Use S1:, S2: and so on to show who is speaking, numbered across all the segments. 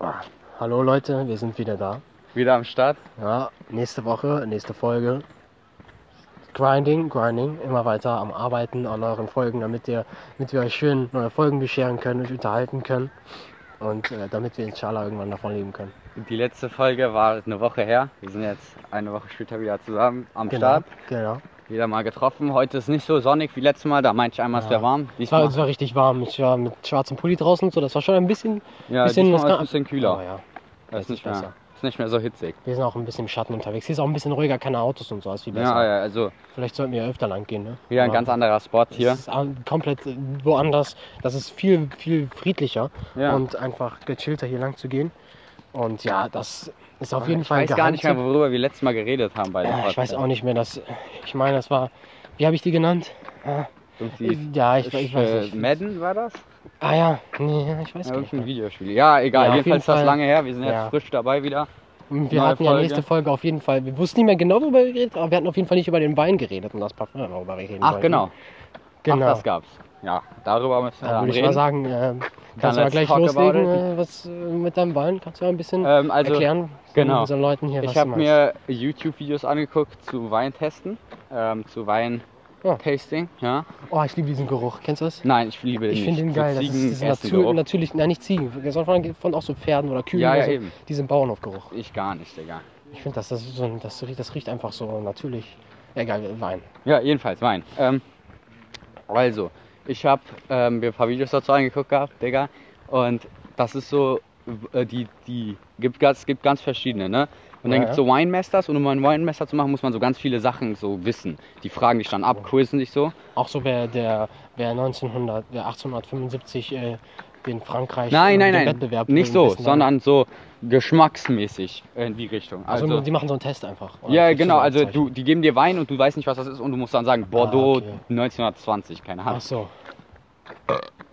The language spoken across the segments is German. S1: Ah, Hallo Leute, wir sind wieder da.
S2: Wieder am Start.
S1: Ja, nächste Woche, nächste Folge. Grinding, grinding, immer weiter am Arbeiten an euren Folgen, damit ihr, damit wir euch schön neue Folgen bescheren können, euch unterhalten können und äh, damit wir inshallah irgendwann davon leben können.
S2: Die letzte Folge war eine Woche her. Wir sind jetzt eine Woche später wieder zusammen am Start.
S1: Genau.
S2: Wieder mal getroffen. Heute ist nicht so sonnig wie letztes Mal. Da meinte ich einmal, es
S1: Ja.
S2: wäre warm.
S1: Es war,
S2: Diesmal,
S1: es war richtig warm. Ich war mit schwarzem Pulli draußen und so. Das war schon ein bisschen,
S2: ja,
S1: bisschen-
S2: diesmal ist
S1: das
S2: es ein bisschen
S1: aber
S2: kühler.
S1: ja,
S2: Das
S1: das
S2: ist nicht
S1: ist
S2: mehr,
S1: besser.
S2: ist nicht mehr so hitzig.
S1: wir sind auch ein bisschen im Schatten unterwegs. Hier ist auch ein bisschen ruhiger, keine Autos und so. Ist viel besser.
S2: Ja, ja, also
S1: Vielleicht sollten wir öfter lang gehen. Ne?
S2: wieder ein
S1: Aber
S2: ganz anderer Spot hier.
S1: Es ist an- komplett äh, woanders. Das ist viel, viel friedlicher
S2: Ja.
S1: und einfach gechillter hier lang zu gehen. Und ja, das ist auf jeden
S2: Ah, ich
S1: Fall
S2: weiß gar nicht mehr,
S1: Geheimtipp.
S2: worüber wir letztes Mal geredet haben bei dem
S1: Äh,
S2: Podcast.
S1: Ich weiß auch nicht mehr, dass ich meine, das war, wie habe ich die genannt?
S2: Irgendwie,
S1: ja, ich, ich weiß
S2: äh,
S1: nicht.
S2: Madden war das?
S1: Ah ja, nee, ja, ich weiß
S2: Ja,
S1: gar nicht.
S2: irgendein
S1: Mehr.
S2: Videospiel. Ja, egal.
S1: Ja, auf jeden
S2: Jedenfalls ist das
S1: Fall.
S2: lange her. Wir sind jetzt
S1: Ja.
S2: frisch dabei wieder.
S1: Und Wir
S2: Neue
S1: hatten ja
S2: Folge.
S1: nächste Folge auf jeden Fall. Wir wussten nicht mehr genau, worüber wir geredet haben, aber wir hatten auf jeden Fall nicht über den Wein geredet und das Parfüm, worüber wir reden
S2: Ach,
S1: wollten.
S2: genau.
S1: genau.
S2: Ach, das gab's. Ja, darüber müssen wir
S1: Dann
S2: dann
S1: würde ich
S2: reden.
S1: mal sagen, äh,
S2: Dann
S1: kannst du mal
S2: let's
S1: gleich
S2: talk about
S1: loslegen,
S2: it.
S1: äh, was äh, mit deinem Wein? Kannst du mal ein bisschen
S2: Ähm, also,
S1: erklären
S2: genau.
S1: unseren Leuten hier, was
S2: Ich
S1: du
S2: habe
S1: machst?
S2: mir YouTube-Videos angeguckt zu Weintesten, ähm, zu Weintasting. Ja.
S1: Oh, ich liebe diesen Geruch. Kennst du das?
S2: Nein, ich liebe den
S1: Ich
S2: nicht.
S1: finde den
S2: So
S1: geil. Das ist dieser
S2: Ziegenessen-
S1: Natür
S2: Geruch.
S1: natürlich, nein, nicht Ziegen, sondern von auch so Pferden oder Kühen
S2: Ja,
S1: oder
S2: ja,
S1: so.
S2: eben.
S1: Diesen Bauernhofgeruch.
S2: Ich gar nicht, Digga.
S1: Ich finde, das, das, ist so ein- das, riecht- das riecht einfach so natürlich. Egal, Wein.
S2: Ja, jedenfalls, Wein. Ähm, also, ich habe ähm, mir ein paar Videos dazu angeguckt gehabt, Digga. Und das ist so, äh, die, die, gibt, ganz- es gibt ganz verschiedene, ne? Und dann
S1: Ja,
S2: gibt's gibt es so Winemasters und um einen Winemester zu machen, muss man so ganz viele Sachen so wissen. Die fragen dich dann ab, quizzen dich so.
S1: Auch so wer, der, wer 1900, wer 1875 äh, den Frankreich
S2: Nein,
S1: äh,
S2: nein,
S1: den
S2: nein.
S1: Wettbewerb
S2: nicht so,
S1: wissen wollte.
S2: sondern so geschmacksmäßig in die Richtung.
S1: also,
S2: Also,
S1: die machen so einen Test einfach. oder?
S2: ja,
S1: Kriegst du
S2: genau.
S1: so ein
S2: Also
S1: Zeichen?
S2: du, die geben dir Wein und du weißt nicht, was das ist und du musst dann sagen Bordeaux
S1: Ah, okay.
S2: 1920, keine Ahnung.
S1: Ach so.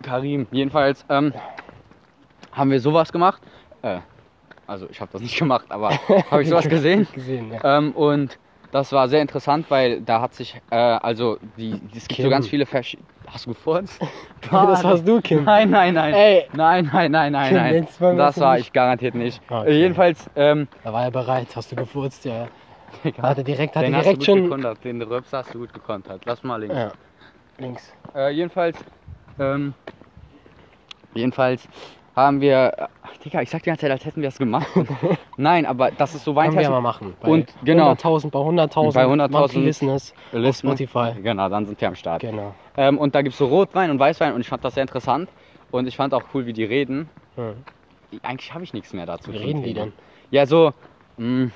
S2: Karim. Jedenfalls ähm, haben wir sowas gemacht. Äh, also ich habe das nicht gemacht, aber habe ich sowas gesehen.
S1: Gesehen, ja.
S2: Ähm, und das war sehr interessant, weil da hat sich, äh, also die, es gibt so
S1: Kim.
S2: ganz viele verschiedene... Hast du gefurzt?
S1: das warst du, Kim.
S2: Nein, nein, nein.
S1: Ey.
S2: Nein, nein, nein, nein,
S1: Kim,
S2: nein.
S1: jetzt wollen wir
S2: Das
S1: das
S2: war
S1: nicht.
S2: ich garantiert nicht. Äh,
S1: Ah, okay.
S2: Jedenfalls, ähm,
S1: Da war er bereit, hast du gefurzt, ja. Hat er direkt, hat
S2: den
S1: er
S2: hast du
S1: direkt
S2: gut
S1: schon.
S2: gekondert, den Röps hast du gut gekontert. Lass mal links.
S1: Ja. Links.
S2: Äh, jedenfalls, ähm, jedenfalls haben wir, ach, Digga, ich sag die ganze Zeit, als hätten wir das gemacht. Nein, aber das ist so
S1: Können wir ja
S2: Weintesten.
S1: mal machen. Bei
S2: Und genau.
S1: 100.000, bei 100.000.
S2: Bei 100.000
S1: Monthly Listeners auf
S2: Listen.
S1: Spotify.
S2: Genau, dann sind wir am Start.
S1: Genau.
S2: Ähm, und da gibt es so Rotwein und Weißwein und ich fand das sehr interessant. Und ich fand auch cool, wie die reden.
S1: Hm.
S2: Eigentlich habe ich nichts mehr dazu.
S1: Wie
S2: zum
S1: reden die
S2: Thema.
S1: denn?
S2: Ja, so, mm,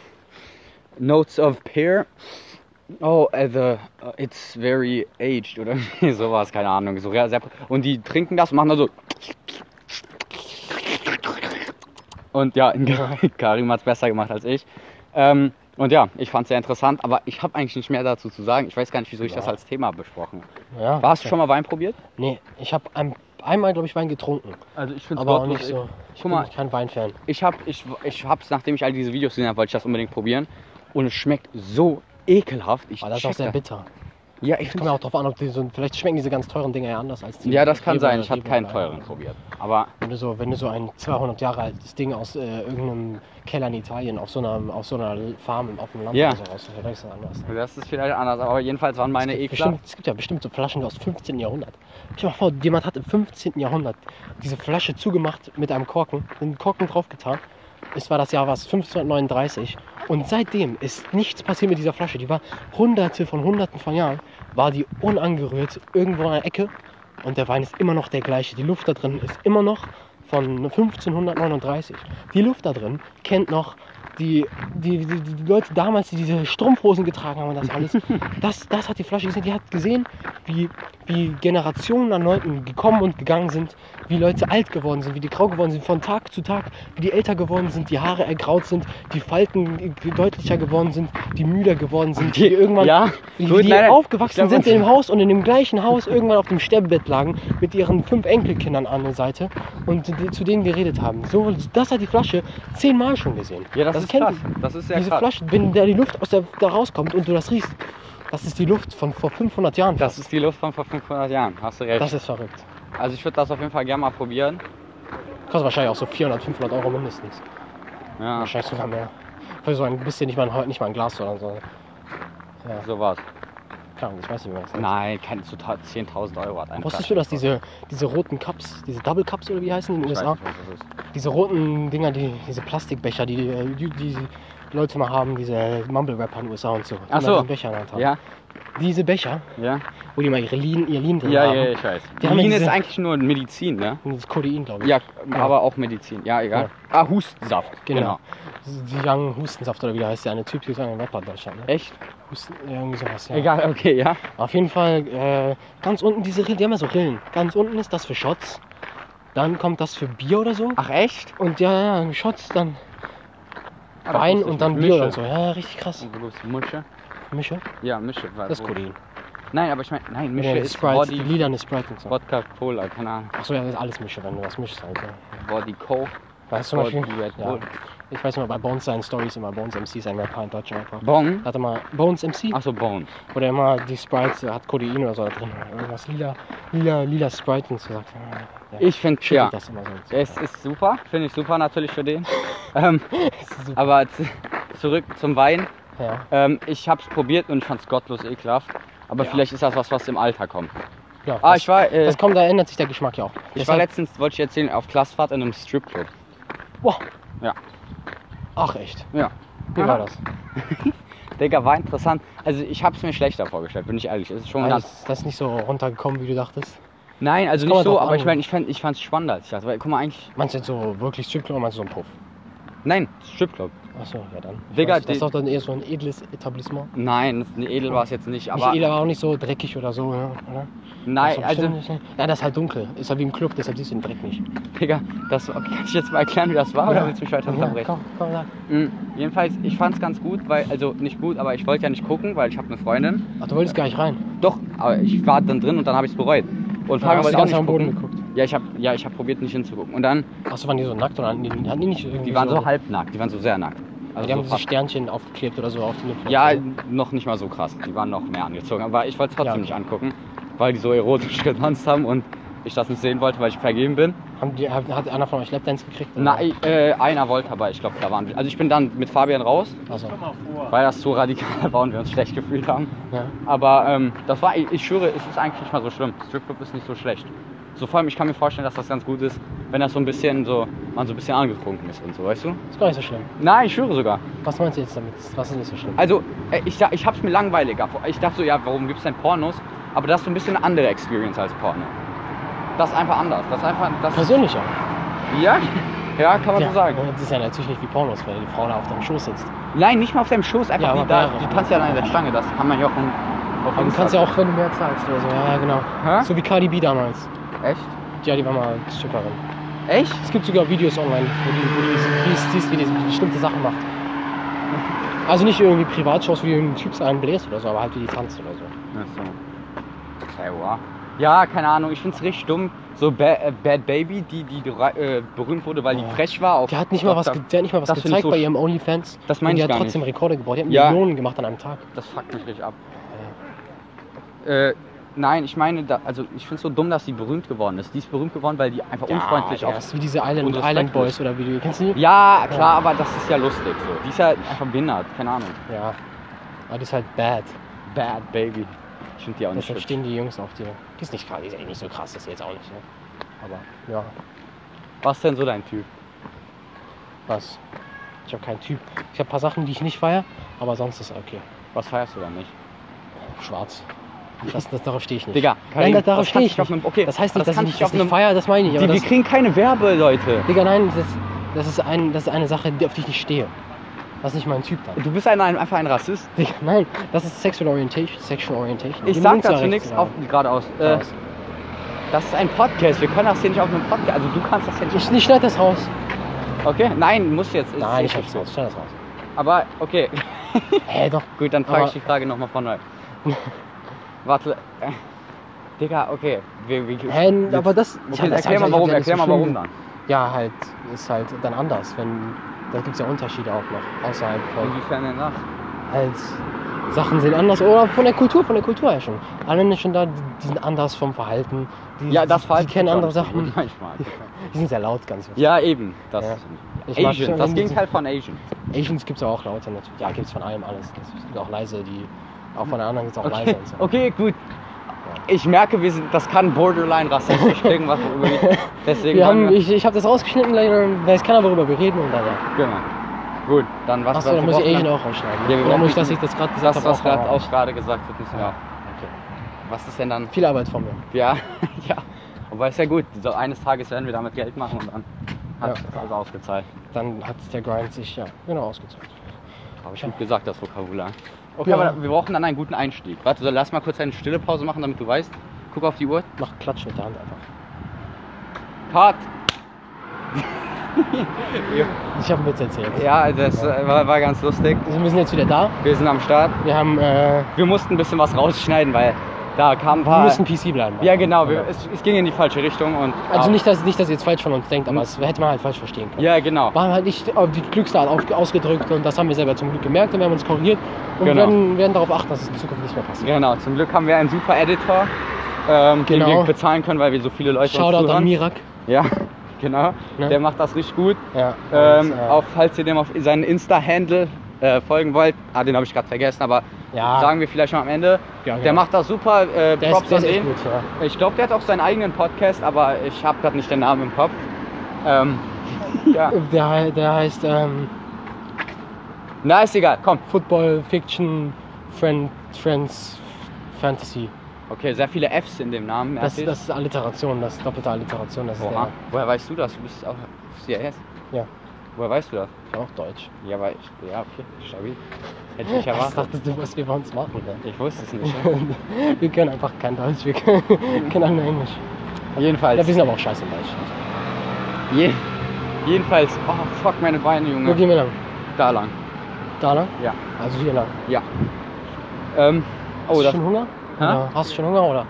S2: Notes of Pear. Oh, äh, the, uh, it's very aged oder irgendwie sowas, keine Ahnung. So, ja, sehr, und die trinken das und machen dann so. Und ja, Karim hat es besser gemacht als ich. Ähm, und ja, ich fand es sehr interessant, aber ich habe eigentlich nicht mehr dazu zu sagen. Ich weiß gar nicht, wieso ich das
S1: Ja.
S2: als Thema besprochen habe.
S1: Ja.
S2: Warst du schon mal Wein probiert?
S1: Nee, ich habe ein, einmal, glaube ich, Wein getrunken.
S2: Also ich finde
S1: Aber auch nicht so. Ich bin
S2: Guck mal.
S1: kein Weinfan.
S2: ich habe ich, ich hab's, nachdem ich all diese Videos gesehen habe, wollte ich das unbedingt probieren. Und es schmeckt so ekelhaft. Ich
S1: Aber Ah, das ist
S2: check
S1: auch sehr
S2: das.
S1: bitter.
S2: Ja, ich
S1: Es kommt ja auch drauf an, ob die so, vielleicht schmecken diese ganz teuren Dinger ja anders als die.
S2: ja, das kann
S1: Rewe-
S2: sein. Ich habe
S1: Rewe-
S2: keinen teuren probiert. Aber
S1: Wenn du so, wenn du so ein 200 Jahre altes Ding aus äh, irgendeinem Keller in Italien auf so einer, auf so einer Farm auf dem Land
S2: Ja.
S1: oder so raus, dann ist das anders.
S2: das ist vielleicht anders. Aber jedenfalls waren meine Ekler.
S1: Bestimmt, es gibt ja bestimmt so Flaschen aus 15. Jahrhundert. Stell dir mal vor, jemand hat im 15. Jahrhundert diese Flasche zugemacht mit einem Korken, einen Korken draufgetan. Es war das Jahr was 1539 und seitdem ist nichts passiert mit dieser Flasche. Die war hunderte von hunderten von Jahren, war die unangerührt irgendwo in einer Ecke und der Wein ist immer noch der gleiche. Die Luft da drin ist immer noch von 1539. Die Luft da drin kennt noch die, die, die, die die Leute damals, die diese Strumpfhosen getragen haben und das alles. Das, das hat die Flasche gesehen. Die hat gesehen, wie, wie Generationen an Leuten gekommen und gegangen sind, wie Leute alt geworden sind, wie die grau geworden sind, von Tag zu Tag, wie die älter geworden sind, die Haare ergraut sind, die Falten äh, deutlicher geworden sind, die müder geworden sind, die irgendwann
S2: Ja,
S1: wie
S2: gut,
S1: die
S2: nein, nein.
S1: aufgewachsen
S2: Ich glaub,
S1: sind in dem Haus und in dem gleichen Haus irgendwann auf dem Sterbebett lagen mit ihren fünf Enkelkindern an der Seite und die, zu denen geredet haben. So, das hat die Flasche zehnmal schon gesehen.
S2: Ja, das, ist
S1: kennt-
S2: krass. Das ist sehr
S1: Diese
S2: krass.
S1: Flasche, wenn da die Luft aus der, da rauskommt und du das riechst, das ist die Luft von vor 500 Jahren.
S2: Das
S1: fast.
S2: ist die Luft von vor 500 Jahren. Hast du recht.
S1: das ist verrückt.
S2: also ich würde das auf jeden Fall gerne mal probieren.
S1: Kostet wahrscheinlich auch so 400, 500 Euro mindestens.
S2: Ah, Ja,
S1: Wahrscheinlich sogar mehr. Für so ein bisschen nicht mal ein, nicht mal ein Glas oder so.
S2: so war's.
S1: Keine Ahnung, ich weiß nicht mehr. Was
S2: Nein, keine zu ta- 10.000 Euro hat ein
S1: Wusstest du,
S2: Plastik-
S1: dass diese, diese roten Cups, diese Double Cups oder wie die heißen in den
S2: Ich weiß
S1: USA,
S2: nicht, was das ist.
S1: diese roten Dinger, die, diese Plastikbecher, die die, die die Leute mal haben, diese Mumble-Rapper in den USA und so. die immer
S2: Ach so.
S1: diesen Becher in der Hand haben.
S2: Ja,
S1: Diese Becher,
S2: ja.
S1: wo die mal ihre Lean, ihr Lean drin
S2: Ja,
S1: haben.
S2: ja, ich weiß.
S1: Die haben ja
S2: Lean ist
S1: diese-
S2: eigentlich nur Medizin, ne?
S1: Und das Kodein, glaube ich.
S2: Ja, aber auch Medizin. Ja, egal.
S1: Ja.
S2: Ah, Hustensaft.
S1: Genau. Die Young Hustensaft oder wie der heißt, der eine Typ, der ist ein Rapper in Deutschland. Ne?
S2: Echt?
S1: Husten, irgendwie sowas, ja.
S2: Egal, okay, ja.
S1: Auf jeden Fall, äh, ganz unten diese Rillen, die haben ja so Rillen. Ganz unten ist das für Shots. Dann kommt das für Bier oder so.
S2: Ach, echt? Ah,
S1: Und ja, ja, Shots, dann Wein und dann Bier
S2: Mische.
S1: und so. Ja, richtig krass.
S2: Und du guckst Mische?
S1: Mische,
S2: Ja, Mische. War
S1: das ist
S2: wo-
S1: Codein.
S2: Nein, aber ich meine, nein, Mische
S1: Ja,
S2: ist
S1: Sprite, die
S2: Body,
S1: lilane Sprite und so.
S2: Vodka, Cola, keine Ahnung.
S1: Achso, ja, das ist alles Mische, wenn du was mischst halt. Ja.
S2: Body Coke,
S1: Weißt du zum
S2: Body
S1: Beispiel?
S2: Red
S1: Ja.
S2: Bull.
S1: Ich weiß noch, bei Bones seinen Stories immer, Bones MC ist ein Rapper, ein deutscher Rapper.
S2: Bong?
S1: Hatte mal Bones MC,
S2: Achso, Bone.
S1: Oder immer die Sprites, äh, hat Codein oder so da drin. Irgendwas lila, lila, lila Sprite und so sagt. er. Ja.
S2: Ich finde,
S1: Schüttelt
S2: ja.
S1: das immer so.
S2: Es ist super, finde ich super natürlich für den. ähm,
S1: Super.
S2: aber z- zurück zum Wein.
S1: Ja,
S2: Ähm, ich hab's probiert und ich fand's gottlos ekelhaft. Aber
S1: Ja.
S2: vielleicht ist das was, was im Alter kommt.
S1: ja.
S2: Ah,
S1: das,
S2: ich war, äh,
S1: das kommt, da ändert sich der Geschmack ja auch.
S2: ich war
S1: Deshalb-
S2: letztens, wollte ich erzählen, auf Klassenfahrt in einem Stripclub.
S1: Boah.
S2: Ja.
S1: Ach echt.
S2: Ja.
S1: Wie
S2: Aha.
S1: war das?
S2: Digga, war interessant. Also ich hab's mir schlechter vorgestellt, bin ich ehrlich. Es ist schon
S1: Ah,
S2: ganz.
S1: ist das nicht so runtergekommen, wie du dachtest?
S2: Nein, also
S1: Das kann
S2: nicht
S1: man
S2: so,
S1: doch oh.
S2: aber ich
S1: an-
S2: meine, ich, fand, ich fand's spannender als ich dachte. Weil, guck mal, eigentlich.
S1: Meinst du jetzt so wirklich Stripclub oder meinst du so ein Puff?
S2: Nein, Stripclub.
S1: Achso, ja dann. Ich
S2: Digga,
S1: weiß, das
S2: die-
S1: ist doch dann eher so ein edles Etablissement.
S2: Nein, das- nee, edel war es jetzt nicht,
S1: Aber
S2: aber.
S1: nicht edel, aber auch nicht so dreckig oder so, ne? oder? Ach
S2: nein,
S1: so,
S2: also,
S1: bestimmt nicht. Ja, das ist halt dunkel. Ist halt wie im Club, deshalb siehst du den Dreck nicht.
S2: Digga, das okay, kann ich jetzt mal erklären, wie das war oder Ah, willst du mich weiter unterbrechen?
S1: komm, komm, sag.
S2: Mm, jedenfalls, ich fand's ganz gut, weil, also nicht gut, aber ich wollte ja nicht gucken, weil ich habe eine Freundin.
S1: Ach, du wolltest gar nicht rein.
S2: Doch, aber ich war dann drin und dann habe ich's bereut.
S1: Dann
S2: Und Fabian
S1: hast du
S2: wollte auch
S1: ganz
S2: nicht
S1: am Boden
S2: gucken.
S1: geguckt.
S2: Ja, ich habe ja, ich habe probiert nicht hinzugucken. Und dann,
S1: Achso, waren die so nackt oder hatten die, hatten die nicht irgendwie
S2: die waren so halbnackt, die waren so sehr nackt. Also
S1: die haben
S2: so
S1: diese
S2: fast-
S1: Sternchen aufgeklebt oder so auf die Lippen.
S2: ja,
S1: Also,
S2: noch nicht mal so krass. Die waren noch mehr angezogen. Aber ich wollte es trotzdem
S1: Ja.
S2: nicht angucken, weil die so erotisch getanzt haben und ich das nicht sehen wollte, weil ich vergeben bin.
S1: Haben die, hat, hat einer von euch Lapdance gekriegt? oder?
S2: Na, äh, einer wollte aber, ich glaube, da waren wir. Also ich bin dann mit Fabian raus,
S1: Also,
S2: weil das so radikal war und wir uns schlecht gefühlt haben.
S1: ja.
S2: Aber ähm, das war, ich, ich schwöre, es ist eigentlich nicht mal so schlimm. Stripclub ist nicht so schlecht. So vor allem, ich kann mir vorstellen, dass das ganz gut ist, wenn das so ein bisschen so, man so ein bisschen angetrunken ist und so, weißt du?
S1: Ist gar nicht so schlimm.
S2: Nein, ich schwöre sogar.
S1: Was meinst du jetzt damit? Was ist nicht so schlimm?
S2: Also, äh, ich, da- ich hab's mir langweiliger. vor- Ich dachte so, ja, warum gibt's denn Pornos? Aber das ist so ein bisschen eine andere Experience als Porno. Das ist einfach anders. Das ist einfach, das
S1: Persönlicher.
S2: ja, ja, kann man
S1: ja.
S2: so sagen.
S1: Das ist ja natürlich nicht wie Pornos, weil die Frau da auf deinem Schoß sitzt.
S2: Nein, nicht mal auf deinem Schoß,
S1: Ja,
S2: einfach
S1: aber
S2: die da.
S1: wäre.
S2: Die tanzt ja an der Stange, das kann man ja auch. im- Auf
S1: Aber du
S2: Insta-
S1: kannst ja auch, wenn du mehr zahlst oder so. Ja, ja, genau.
S2: Hä?
S1: So wie Cardi B damals.
S2: Echt?
S1: Ja, die war mal Stripperin.
S2: Echt?
S1: Es gibt sogar Videos online, wo die, wo die, wie es siehst, wie die bestimmte Sachen macht. Also nicht irgendwie Privatshows, wie du einen Typs einbläst oder so, aber halt wie die tanzt oder so.
S2: Ach so. Okay, wow. Ja, keine Ahnung, ich find's richtig dumm. So ba äh, Bad Baby, die, die dra- äh, berühmt wurde, weil die
S1: Oh.
S2: frech war. Auf
S1: Die hat nicht mal was,
S2: Dr.
S1: ge- die hat nicht mal was
S2: Das find ich
S1: gezeigt
S2: so
S1: bei
S2: sch-
S1: ihrem OnlyFans.
S2: Das
S1: Und
S2: meine
S1: die
S2: ich
S1: hat
S2: gar
S1: trotzdem
S2: nicht.
S1: Rekorde gebaut. Die hat
S2: Ja.
S1: Millionen gemacht an einem Tag.
S2: Das fuckt mich richtig ab. Äh, nein, ich meine, da, also ich find's so dumm, dass die berühmt geworden ist. Die ist berühmt geworden, weil die einfach unfreundlich
S1: ja,
S2: auf.
S1: das ist wie diese Island,
S2: Und
S1: Island
S2: respektlos.
S1: Boys oder wie die. Kennst du die?
S2: Ja, klar, aber das ist ja lustig. So. Die ist ja einfach behindert, keine Ahnung.
S1: Ja. Aber die ist halt bad.
S2: Bad Baby. Ich find die auch nicht
S1: Deshalb
S2: hübsch.
S1: stehen die Jungs auf dir. Die ist nicht krass, die ist eigentlich nicht so krass, das ist jetzt auch nicht, ne? Aber, ja,
S2: Was ist denn so dein Typ?
S1: was? Ich habe keinen Typ. Ich habe ein paar Sachen, die ich nicht feier, aber sonst ist okay.
S2: Was feierst du denn nicht?
S1: Schwarz. Das, das, darauf stehe ich nicht.
S2: Digga,
S1: Nein,
S2: Karim,
S1: das, darauf
S2: das kann
S1: stehe ich
S2: ich auf einem-
S1: nicht.
S2: okay,
S1: das heißt
S2: das
S1: nicht, dass
S2: kann
S1: ich
S2: ich
S1: nicht, das
S2: auf
S1: nicht
S2: einem-
S1: feier, das meine ich.
S2: Die,
S1: Aber
S2: wir
S1: das,
S2: kriegen keine Werbe, Leute.
S1: Digga, nein, das, das, ist ein, das ist eine Sache, die- auf die ich nicht stehe. Das ist nicht mein Typ dann.
S2: Du bist ein, ein, einfach ein Rassist.
S1: Digga, nein, das ist Sexual Orientation. Sexual Orientation.
S2: Ich
S1: Jedem
S2: sag
S1: links
S2: dazu
S1: oder
S2: nichts
S1: rechts,
S2: auf geradeaus. Äh,
S1: raus.
S2: das ist ein Podcast. Wir können das hier nicht auf einem Podcast. Also du kannst das hier nicht.
S1: Ich, ich schneide das raus.
S2: Okay, nein, muss jetzt. Ist
S1: Nein,
S2: ist
S1: ich hab's
S2: so.
S1: raus. Ich schneide das raus.
S2: Aber okay,
S1: Hä, doch.
S2: gut, dann frage ich
S1: Aber-
S2: die Frage nochmal von neu. Warte. Äh, Digga, okay. Wir, wir,
S1: Hä, aber das.
S2: okay,
S1: hab das
S2: erklär mal
S1: hab
S2: warum,
S1: ja nicht
S2: erklär mal
S1: so
S2: warum
S1: schlimm.
S2: dann.
S1: Ja, halt, ist halt dann anders, wenn. Da gibt's ja Unterschiede auch noch außerhalb von.
S2: Inwiefern denn das?
S1: Halt, Sachen sind anders. Oder von der Kultur, von der Kultur her schon. Alle schon da, die, die sind anders vom Verhalten. Die,
S2: Ja, das Verhalten
S1: Die kennen
S2: ist
S1: andere
S2: schon gut
S1: Sachen.
S2: Manchmal.
S1: Die sind sehr laut, ganz oft.
S2: Ja, eben. Das
S1: Ja. Ich mag
S2: Asian,
S1: schon,
S2: das
S1: wenn die
S2: Gegenteil von Asian.
S1: Asians gibt es auch lauter natürlich. Ja, gibt es von allem alles. Es gibt auch leise, die. Auch von der anderen gibt es auch leise
S2: Okay,
S1: und so.
S2: okay, gut. Ich merke, wir sind, das kann borderline rassistisch klingen, was wir irgendwie- Deswegen
S1: Wir haben,
S2: wir,
S1: ich ich habe das rausgeschnitten, gleich, dann weiß keiner, worüber wir reden und dann ja.
S2: genau. Gut, dann was
S1: Achso,
S2: was
S1: dann
S2: wir
S1: muss ich
S2: brauchen,
S1: Asian auch rausschneiden.
S2: Ja, wir
S1: ne? Oder
S2: brauchen
S1: muss ich, dass ich
S2: diesen-
S1: das gerade gesagt
S2: Das,
S1: habe,
S2: was gerade
S1: rausschneiden?
S2: auch gerade gesagt wird, müssen wir auch.
S1: Okay.
S2: Was ist denn dann?
S1: Viel Arbeit von mir.
S2: Ja, ja. Aber ist ja gut. So eines Tages werden wir damit Geld machen und dann hat
S1: Ja.
S2: sich das ausgezahlt.
S1: Dann hat der Grind sich ja genau ausgezahlt.
S2: Habe ich gut gesagt, das Vokabular. Okay,
S1: Ja.
S2: aber wir brauchen dann einen guten Einstieg. Warte, so, lass mal kurz eine stille Pause machen, damit du weißt. Guck auf die Uhr.
S1: Mach Klatsch mit der Hand einfach.
S2: Cut!
S1: Ich habe Witz erzählt.
S2: Ja, das äh, war, war ganz lustig.
S1: Also wir sind jetzt wieder da.
S2: Wir sind am Start.
S1: Wir haben, äh,
S2: Wir mussten ein bisschen was rausschneiden, weil da kam ein
S1: wir
S2: paar.
S1: müssen PC bleiben.
S2: Ah. ja, genau. Wir, es, es ging in die falsche Richtung und.
S1: Also nicht, dass, nicht, dass ihr jetzt falsch von uns denkt, aber
S2: Mhm.
S1: das hätte man halt falsch verstehen können.
S2: Ja, genau.
S1: Wir haben halt nicht auf die klügste Art auf, ausgedrückt und das haben wir selber zum Glück gemerkt und wir haben uns korrigiert und
S2: Genau.
S1: werden, werden darauf achten, dass es in Zukunft nicht mehr passiert.
S2: Genau. Zum Glück haben wir einen super Editor, ähm, den
S1: Genau.
S2: wir bezahlen können, weil wir so viele Leute uns
S1: Shoutout
S2: zuhören.
S1: an Mirak.
S2: Ja, genau.
S1: Ne?
S2: Der macht das richtig gut.
S1: Ja,
S2: Ähm,
S1: und, äh,
S2: auch falls ihr dem auf seinen Insta-Handle äh, folgen wollt, ah, den habe ich gerade vergessen, aber
S1: Ja.
S2: sagen wir vielleicht schon am Ende.
S1: Ah. Ja, genau.
S2: Der macht das super. Äh,
S1: der
S2: Props
S1: ist, der ist
S2: an
S1: echt
S2: den.
S1: gut. Ja.
S2: Ich glaube, der hat auch seinen eigenen Podcast, aber ich habe gerade nicht den Namen im Kopf. Ähm, ja.
S1: Der, hei- der heißt ähm,
S2: Na, ist egal, komm.
S1: Football Fiction Friend, Friends Fantasy.
S2: Okay, sehr viele Fs in dem Namen.
S1: Das,
S2: merke ich.
S1: das ist Alliteration, das ist doppelte Alliteration. Das ist
S2: Oha.
S1: der,
S2: Woher weißt du das? Du bist auch CIS.
S1: Ja.
S2: Woher weißt du das?
S1: ja auch Deutsch.
S2: Ja, weil ich, ja, okay, stabil. Hätte ich nicht
S1: Was
S2: erwartet.
S1: dachtest du, was wir bei uns machen? Ne?
S2: Ich wusste es nicht.
S1: wir können einfach kein Deutsch, wir können, können nur Englisch.
S2: Jedenfalls.
S1: Ja, wir sind aber auch scheiße in Deutsch.
S2: Je jedenfalls, oh fuck, meine Beine, Junge.
S1: Wo gehen wir lang?
S2: Da lang.
S1: Da lang?
S2: Ja.
S1: Also hier lang.
S2: Ja. Ähm,
S1: Hast
S2: oh,
S1: du
S2: das.
S1: schon Hunger?
S2: Hä?
S1: Oder Hast du schon Hunger oder?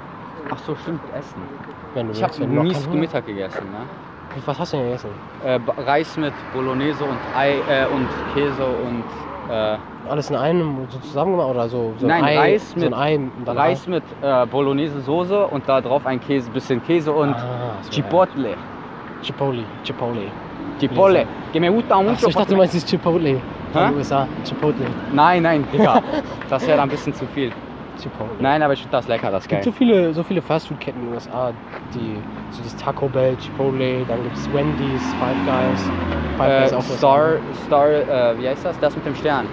S2: Ach so, stimmt, Essen.
S1: Wenn du
S2: Ich
S1: willst,
S2: habe
S1: wenn du noch
S2: mies
S1: keinen
S2: zu
S1: Hunger-
S2: Mittag gegessen, ne?
S1: Was hast du denn gegessen?
S2: Äh, Ba- Reis mit Bolognese und Ei äh, und Käse und äh,
S1: Alles in einem so zusammen gemacht oder so? so ein
S2: Nein,
S1: Ei,
S2: Reis
S1: so ein
S2: mit-
S1: Ei und dann
S2: Reis mit äh, Bolognese Soße und da drauf ein Käse, bisschen Käse und
S1: Ah, so,
S2: Chipotle. Hm,
S1: Ei. Chipotle. Chipotle.
S2: Chipotle. Que me gusta mucho.
S1: Achso, ich dachte, du meinst das Chipotle von
S2: Hä?
S1: den USA. Chipotle.
S2: nein, nein, Digga. das wäre dann ein bisschen zu viel.
S1: Chipotle.
S2: Nein, aber ich finde das lecker, das
S1: Es gibt so
S2: geil.
S1: viele, so viele Fastfood-Ketten in den USA, die so das Taco Bell, Chipotle, dann gibt es Wendy's, Five Guys, Five
S2: Äh,
S1: Guys auch was
S2: Star,
S1: anderes.
S2: Star, äh, wie heißt das? Das mit dem Stern.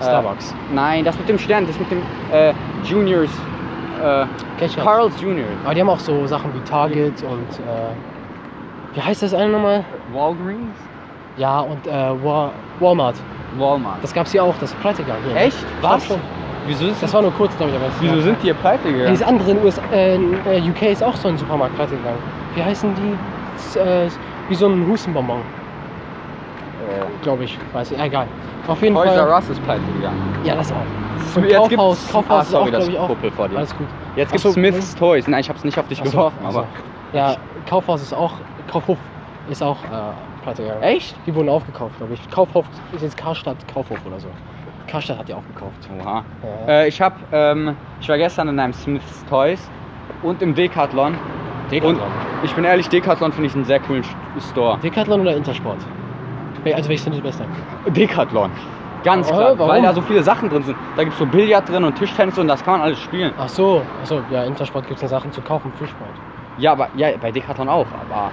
S2: Äh,
S1: Starbucks.
S2: Nein, das mit dem Stern, das mit dem äh, Juniors. Äh,
S1: Ketchup.
S2: Carl's Junior.
S1: Aber die haben auch so Sachen wie Target und äh, wie heißt das eine nochmal?
S2: Walgreens?
S1: Ja und äh, Wa- Walmart.
S2: Walmart.
S1: Das gab's hier auch, das ist pleite gegangen. Hier.
S2: Echt?
S1: Ich glaub
S2: Was?
S1: schon.
S2: Wieso, ist
S1: Das war nur kurz, glaube ich. Aber es-
S2: wieso sind die hier pleite
S1: Ja.
S2: gegangen?
S1: Dieses andere in US, äh, in äh, UK ist auch so ein Supermarkt pleite gegangen. Wie heißen die? S- Äh, wie so ein Hustenbonbon,
S2: Äh,
S1: glaube ich. Weiß ich. Egal. Auf jeden
S2: Toys
S1: Fall.
S2: R Us ist pleite gegangen.
S1: Ja, das auch. Und
S2: Jetzt gibt's-
S1: Kaufhaus,
S2: Ah,
S1: Kaufhaus
S2: sorry,
S1: ist auch,
S2: das
S1: glaube ich, auch.
S2: Kuppel vor dir.
S1: Alles gut.
S2: Jetzt gibt
S1: Ach so,
S2: Smith's Toys. Nein, ich hab's nicht auf dich
S1: Ach so,
S2: geworfen,
S1: ach so.
S2: aber.
S1: Ja, Kaufhaus ist auch, Kaufhof ist auch äh, pleite gegangen.
S2: Echt?
S1: Die wurden aufgekauft, glaube ich. Kaufhof ist jetzt Karstadt Kaufhof oder so. Karstadt hat die aufgekauft.
S2: Oha.
S1: Ja.
S2: Äh, ich hab, ähm, ich war gestern in einem Smith's Toys und im Decathlon.
S1: Decathlon.
S2: Und ich bin ehrlich, Decathlon finde ich einen sehr coolen Sch- Store.
S1: Decathlon oder Intersport? Wel- Also welches sind das Beste?
S2: Decathlon. Ganz
S1: Äh,
S2: klar,
S1: warum?
S2: weil da so viele Sachen drin sind. Da gibt's so Billard drin und Tischtennis und das kann man alles spielen.
S1: Ach so, ach so ja, Intersport gibt es Sachen zu kaufen für Sport.
S2: Ja, aber ja, bei Decathlon auch, aber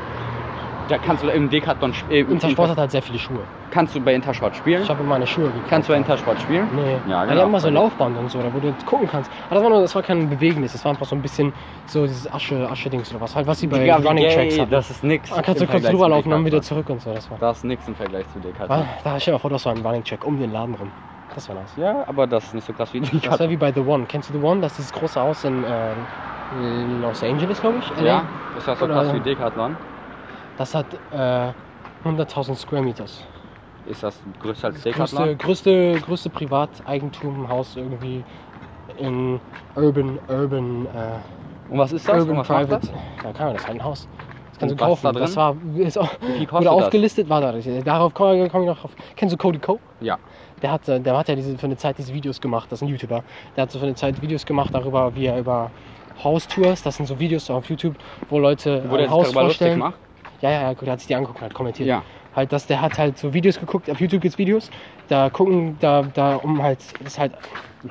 S2: da kannst du im Decathlon sp- äh, im
S1: Intersport hat halt sehr viele Schuhe.
S2: Inter- kannst du bei Intersport spielen?
S1: Ich habe meine Schuhe gekauft.
S2: Kannst du bei Intersport spielen?
S1: Nee.
S2: Ja,
S1: Ja,
S2: genau.
S1: Die haben immer so ein Laufband und so, da wo du gucken kannst. Aber das war, nur, das war kein Bewegendes, das war einfach so ein bisschen so dieses Asche, Asche-Dings oder was. Halt, was die bei
S2: Digga, wie
S1: Running
S2: gay,
S1: Tracks hatten.
S2: das ist nix.
S1: Dann kannst du kurz
S2: im Vergleich zu
S1: rüberlaufen, dann wieder
S2: Decathlon.
S1: zurück und so. Das war.
S2: Das ist nix im Vergleich zu Decathlon.
S1: Ah, Da stell dir mal vor, das war ein Running Check um den Laden rum. Das war nice.
S2: Ja, aber das ist nicht so krass wie
S1: Das
S2: Decathlon.
S1: war wie bei The One. Kennst du The One? Das ist das große Haus in äh, Los Angeles, glaube ich. LA.
S2: Ja, ist das so
S1: Oder-
S2: krass wie Decathlon?
S1: Das hat äh, 100.000 Square Meters.
S2: Ist das größer als
S1: Größte,
S2: Decathlon?
S1: größte, größte Privateigentumhaus irgendwie in Urban, Urban, äh,
S2: Und was ist das? Und
S1: Urban
S2: was macht
S1: Private. Da kann man das ist ein Haus. Das Kannst du
S2: Und was
S1: kaufen.
S2: ist da drin?
S1: Das war, ist auch,
S2: Wie kostet
S1: wurde
S2: das?
S1: aufgelistet, war da nicht. Darauf komme komm ich noch drauf. Kennst du Cody Co?
S2: Ja.
S1: Der hat, äh, der hat ja diese, für eine Zeit diese Videos gemacht, das ist ein YouTuber. Der hat so für eine Zeit Videos gemacht darüber, wie er über Haustours, das sind so Videos auf YouTube, wo Leute äh,
S2: Wurde
S1: ein
S2: er
S1: Haus
S2: sich darüber lustig
S1: vorstellen.
S2: gemacht?
S1: Ja, ja, ja, gut, der hat sich die angeguckt und hat kommentiert.
S2: Ja.
S1: Halt, dass der hat halt so Videos geguckt, auf YouTube gibt's Videos, da gucken, da, da um halt, das ist halt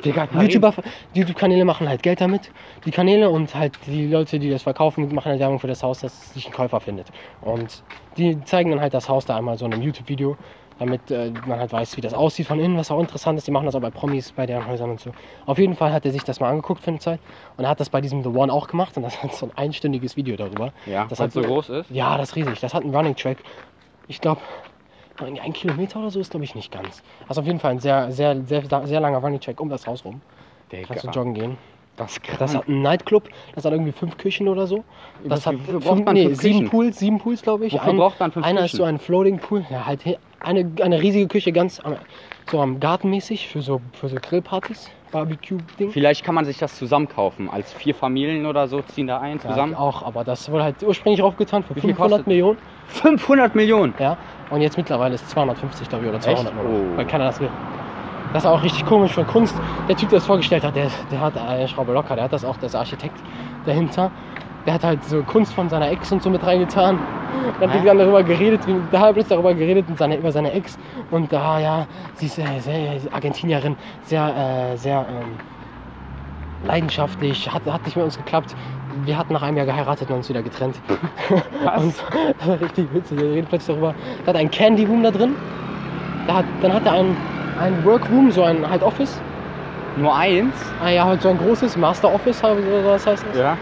S2: Digga,
S1: YouTuber, YouTube-Kanäle machen halt Geld damit, die Kanäle und halt die Leute, die das verkaufen, machen halt Werbung für das Haus, dass es sich ein Käufer findet. Und die zeigen dann halt das Haus da einmal so in einem YouTube-Video, damit äh, man halt weiß, wie das aussieht von innen, was auch interessant ist. Die machen das auch bei Promis, bei deren Häusern und so. Auf jeden Fall hat er sich das mal angeguckt für eine Zeit und er hat das bei diesem The One auch gemacht und das hat so ein einstündiges Video darüber.
S2: Ja,
S1: Das
S2: das
S1: hat
S2: halt so
S1: so-
S2: groß ist.
S1: Ja, das ist riesig. Das hat einen Running Track. Ich glaube, ein Kilometer oder so ist, glaube ich, nicht ganz. Also auf jeden Fall ein sehr, sehr, sehr, sehr langer Running Track um das Haus rum. Kannst du
S2: Digga, Hm.
S1: joggen gehen.
S2: das ist
S1: Das
S2: krass.
S1: hat einen Nightclub, das hat irgendwie fünf Küchen oder so. Das
S2: Was-
S1: hat
S2: wofür braucht man fünf
S1: sieben
S2: Küchen?
S1: Pools, sieben Pools, glaube ich.
S2: Wofür braucht man fünf
S1: einer ist
S2: Küchen?
S1: so ein Floating Pool, ja, halt he- eine, eine riesige Küche, ganz am, so am gartenmäßig für so, für so Grillpartys, Barbecue-Ding.
S2: Vielleicht kann man sich das zusammen kaufen. Als vier Familien oder so ziehen da ein zusammen.
S1: Ja, auch, aber das wurde halt ursprünglich aufgetan für
S2: Wie viel
S1: 500
S2: kostet-
S1: Millionen.
S2: 500 Millionen!
S1: Ja, und jetzt mittlerweile ist 250, glaube ich, oder
S2: Echt?
S1: 200 Euro,
S2: Oh.
S1: weil keiner das will. Das ist auch richtig komisch für Kunst. Der Typ, der das vorgestellt hat, der, der hat eine Schraube locker, der hat das auch, der ist Architekt dahinter. Der hat halt so Kunst von seiner Ex und so mit reingetan. Dann hat
S2: Hä?
S1: die dann darüber geredet, wie- da hat er darüber geredet und seine, über seine Ex. Und da, ja, sie ist äh, sehr, Argentinierin, sehr, äh, sehr ähm, leidenschaftlich, hat, hat nicht mit uns geklappt. Wir hatten nach einem Jahr geheiratet und uns wieder getrennt. Und
S2: Was?
S1: das war richtig witzig. Er redet plötzlich darüber. Da hat er einen Candy Room da drin. Da hat, dann hat er einen, einen Workroom, so ein halt Office.
S2: Nur eins?
S1: Ah ja, halt so ein großes Master Office, halt, oder was heißt das?
S2: Ja.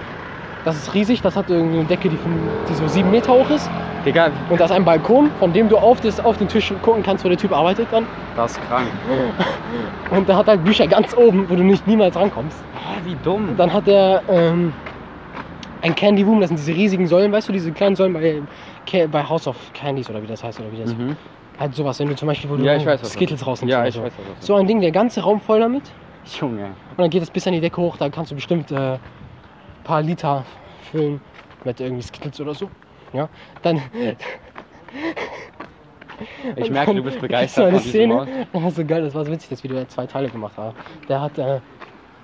S1: Das ist riesig. Das hat irgendwie eine Decke, die, fünf- die so sieben Meter hoch ist.
S2: Digga,
S1: Und da ist ein Balkon, von dem du auf, das, auf den Tisch gucken kannst, wo der Typ arbeitet dann.
S2: das ist krank.
S1: Und da hat er Bücher ganz oben, wo du nicht niemals rankommst.
S2: Hä, wie dumm.
S1: Dann hat er ähm, ein Candy Room. Das sind diese riesigen Säulen, weißt du, diese kleinen Säulen bei, Ca- bei House of Candies oder wie das heißt oder wie das
S2: Mhm.
S1: Halt sowas, wenn du zum Beispiel, wo du
S2: Ja, ich weiß, was
S1: Skittles
S2: das-
S1: rausnimmst.
S2: Ja,
S1: oder
S2: ich
S1: so.
S2: weiß, was das ist.
S1: So ein Ding, der ganze Raum voll damit.
S2: Junge.
S1: Und dann geht es bis an die Decke hoch, da kannst du bestimmt äh, paar Liter füllen mit irgendwie Skittles oder so. Ja, dann
S2: Ich merke, du bist begeistert
S1: so eine
S2: von diesem Ort.
S1: Szene. Das war so geil, das war so witzig, das Video hat zwei Teile gemacht. Aber der hat, äh,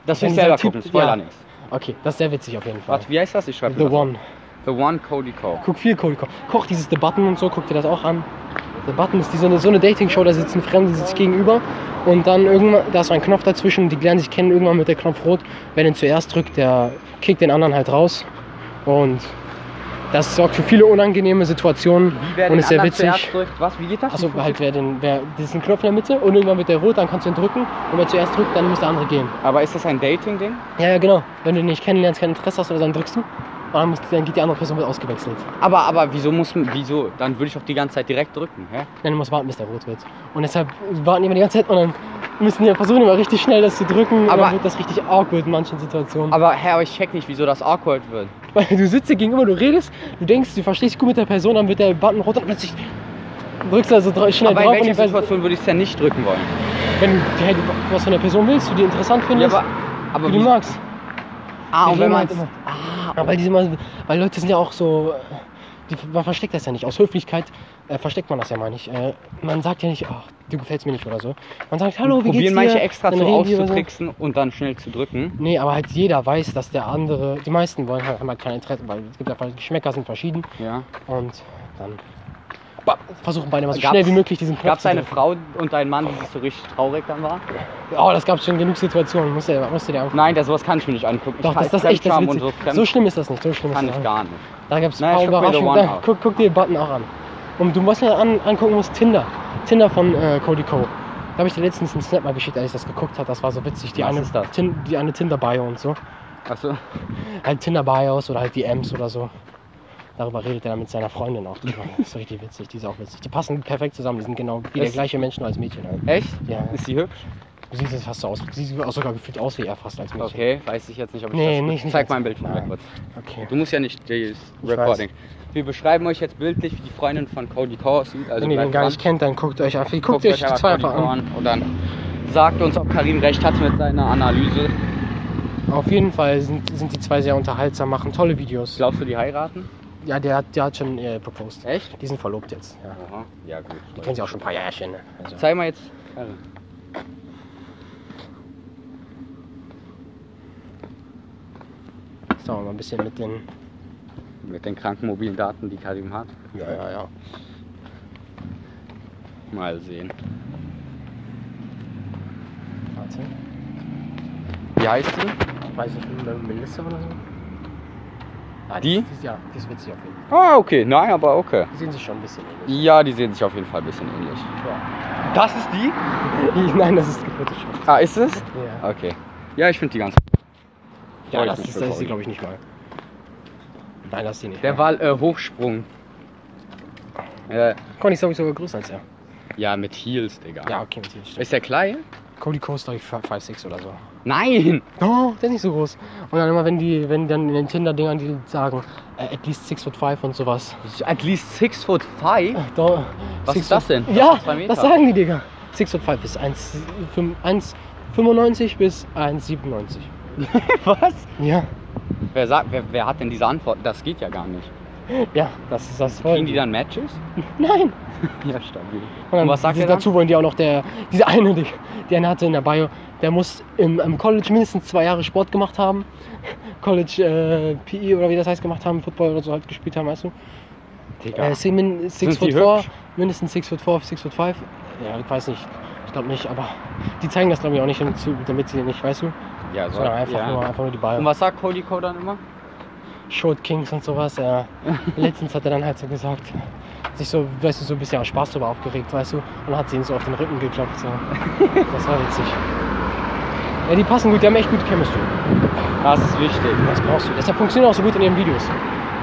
S2: Das
S1: Wenn
S2: will ich selber
S1: dieser Typ-
S2: gucken, Spoiler
S1: ja.
S2: nichts.
S1: okay, das ist sehr witzig auf jeden Fall.
S2: Warte, wie heißt das? Ich schreibe
S1: The One.
S2: The One Cody Co.
S1: Guck viel Cody Koch. Koch dieses The Button und so, guck dir das auch an. The Button ist die, so eine, so eine Dating-Show, da sitzen Fremde, die sich gegenüber und dann irgendwann, da ist so ein Knopf dazwischen, die lernen sich kennen, irgendwann mit der Knopf rot. Wer den zuerst drückt, der kickt den anderen halt raus und das sorgt für viele unangenehme Situationen
S2: Wie wer
S1: und
S2: den
S1: ist sehr
S2: anderen
S1: witzig.
S2: zuerst drückt? Was? Wie geht das?
S1: Achso, halt wer den, wer, das ist ein Knopf in der Mitte und irgendwann wird der rot, dann kannst du ihn drücken und wer zuerst drückt, dann muss der andere gehen.
S2: Aber ist das ein Dating-Ding?
S1: Ja, ja, genau. Wenn du den nicht kennenlernst, kein Interesse hast oder so, dann drückst du und dann, muss, dann geht die andere Person mit ausgewechselt.
S2: Aber, aber wieso muss man, wieso? Dann würde ich auch die ganze Zeit direkt drücken, hä?
S1: Nein, du musst warten, bis der rot wird. Und deshalb warten die immer die ganze Zeit und dann müssen die versuchen, immer richtig schnell das zu drücken. und
S2: Aber-
S1: dann wird das richtig awkward in manchen Situationen.
S2: Aber, hä, aber ich check nicht, wieso das awkward wird.
S1: Weil du sitzt dir gegenüber, du redest, du denkst, du verstehst dich gut mit der Person, dann wird der Button rot und plötzlich drückst du also dr- schnell
S2: aber
S1: drauf.
S2: in
S1: Und
S2: welcher
S1: die Person,
S2: Situation würde ich es denn nicht drücken wollen?
S1: wenn du die- halt, was von der Person willst, du die interessant
S2: Ja,
S1: findest,
S2: aber, aber
S1: die du
S2: wie,
S1: magst.
S2: ah, und
S1: die
S2: wenn Ah,
S1: reden
S2: man
S1: halt immer. Ja, weil, diese mal, weil Leute sind ja auch so. äh, Die, man versteckt das ja nicht. Aus Höflichkeit äh, versteckt man das ja mal nicht. Äh, man sagt ja nicht, ach, du gefällst mir nicht oder so. Man sagt, hallo, wie geht's dir?
S2: probieren manche extra
S1: Dann
S2: zu
S1: reden die über so.
S2: auszutricksen und dann schnell zu drücken.
S1: Nee, aber halt jeder weiß, dass der andere, die meisten wollen halt, haben halt kein Interesse, weil es gibt einfach, Geschmäcker sind verschieden
S2: Ja.
S1: und dann
S2: Ba-
S1: versuchen beide mal so
S2: Gab's-
S1: schnell wie möglich diesen
S2: Gab es
S1: zu
S2: eine
S1: drücken.
S2: Frau und einen Mann, die sich so richtig traurig dann war?
S1: Oh, das gab schon genug Situationen, musst du, dir- musst du dir angucken.
S2: Nein, das, sowas kann ich mir nicht angucken.
S1: Doch,
S2: ich kann
S1: das, das ist echt das
S2: Fremdscham
S1: witzig.
S2: und so
S1: So,
S2: fremd
S1: schlimm ist das nicht, so schlimm
S2: kann
S1: ist das
S2: ich
S1: nicht.
S2: gar nicht.
S1: Da gibt's
S2: Naja,
S1: ein
S2: ich
S1: paar
S2: guck mir The
S1: Überraschungen. Da,
S2: One an.
S1: guck, guck dir den Button auch an. Und du, was mir an, angucken musst, Tinder. Tinder von äh, Cody Co. Da habe ich dir letztens einen Snap mal geschickt, als ich das geguckt habe. Das war so witzig. Die
S2: Was
S1: eine,
S2: ist das?
S1: Tin, die eine Tinder-Bio und so.
S2: Achso.
S1: Halt Tinder-Bios oder halt DMs oder so. Darüber redet er dann mit seiner Freundin auch drüber. Das ist richtig witzig, die ist auch witzig. Die passen perfekt zusammen, die sind genau wie der
S2: Ist-
S1: gleiche Menschen als Mädchen. Halt.
S2: Echt?
S1: Ja.
S2: Ist sie hübsch?
S1: Du siehst es fast so aus. Sie sieht auch sogar gefühlt aus wie er fast als Mädchen.
S2: Okay, weiß ich jetzt nicht, ob ich
S1: Nee,
S2: das
S1: nicht- nicht
S2: Zeig
S1: ganz.
S2: mal ein Bild von mir
S1: Nein.
S2: kurz.
S1: okay.
S2: Du also musst ja nicht das
S1: Ich
S2: Recording. Wir beschreiben euch jetzt bildlich, wie die Freundin von Cody Core aussieht. Also
S1: Wenn ihr den
S2: bleibt
S1: gar
S2: dran.
S1: nicht kennt, dann guckt euch einfach. Guckt,
S2: Guckt
S1: euch die
S2: einfach
S1: zwei
S2: Cody
S1: einfach
S2: Core
S1: an.
S2: an und dann sagt uns, ob Karim recht hat mit seiner Analyse.
S1: Auf jeden Fall sind, sind die zwei sehr unterhaltsam, machen tolle Videos.
S2: Glaubst du, die heiraten?
S1: Ja, der, hat- der hat schon äh, proposed.
S2: Echt?
S1: Die sind verlobt jetzt. Ja.
S2: Aha. Ja, gut.
S1: Die kennen sich auch schon ein paar Jährchen. Ne? Also.
S2: Zeig mal jetzt.
S1: Jetzt dauern wir mal ein bisschen mit den.
S2: Mit den kranken mobilen Daten, die Karim hat.
S1: Ja, ja, ja.
S2: Mal sehen.
S1: Warte.
S2: Wie heißt sie?
S1: Ich weiß nicht, Melissa oder so. Ah,
S2: Die?
S1: Die, ist- ja, die ist witzig auf jeden Fall.
S2: Ah, okay. Nein, aber okay.
S1: Die sehen sich schon ein bisschen ähnlich.
S2: Ja, die sehen sich auf jeden Fall ein bisschen ähnlich.
S1: Ja.
S2: Das ist die?
S1: Nein, das ist gefotoshoppt.
S2: Ah, ist es?
S1: Ja,
S2: Okay. Ja, ich finde die ganz.
S1: ja
S2: Oh,
S1: das,
S2: ich
S1: ist,
S2: bin
S1: das ist sie,
S2: verrückt.
S1: glaube ich, nicht mal. Nein, das ist sie nicht.
S2: Der
S1: mal.
S2: war äh, Hochsprung. Äh,
S1: Conny ist, glaube ich, sogar größer als er.
S2: ja, mit Heels, Digga.
S1: Ja, okay, mit stimmt.
S2: Ist der klein?
S1: Cody Coast, glaube ich, 5'6 oder so.
S2: Nein!
S1: Oh, der ist nicht so groß. Und dann immer, wenn die, wenn dann in den Tinder-Dingern die sagen, äh, at least 6 foot 5 und sowas.
S2: At least 6 foot 5?
S1: Da,
S2: Was
S1: six
S2: ist das
S1: foot-
S2: denn?
S1: Ja,
S2: Das sind zwei Meter.
S1: das sagen die, Digga. 6 foot 5 ist 1,95 bis 1,97.
S2: Was?
S1: Ja,
S2: Wer, sagt, wer, wer hat denn diese Antwort? Das geht ja gar nicht.
S1: ja, das ist das
S2: Kriegen
S1: wollen.
S2: die dann Matches?
S1: Nein!
S2: Ja, stabil.
S1: Und dann,
S2: Und was sagt
S1: die-
S2: er dann?
S1: dazu wollen die auch noch der, dieser eine, Digga, der eine hatte in der Bio, der muss im, im College mindestens zwei Jahre Sport gemacht haben. College äh, PE oder wie das heißt gemacht haben, Football oder so halt gespielt haben, weißt du?
S2: Digga.
S1: Äh, sind min, six
S2: Sind die
S1: foot four,
S2: hübsch?
S1: mindestens 6 foot 4, 6 foot 5. Ja, ich weiß nicht. Ich glaube nicht, aber die zeigen das glaube ich auch nicht, um zu- damit sie nicht, weißt du?
S2: ja, so.
S1: Sondern einfach,
S2: ja.
S1: nur, einfach nur die
S2: Und
S1: Bio.
S2: was sagt Cody Cole dann immer?
S1: Short Kings und sowas. Ja. Letztens hat er dann halt so gesagt, sich so, weißt du, so ein bisschen aus Spaß drüber aufgeregt, weißt du? Und hat sie ihn so auf den Rücken geklopft. So. Das war witzig. Ja, die passen gut, die haben echt gute Chemistry.
S2: Das ist wichtig.
S1: Das brauchst du. Deshalb funktionieren auch so gut in ihren Videos.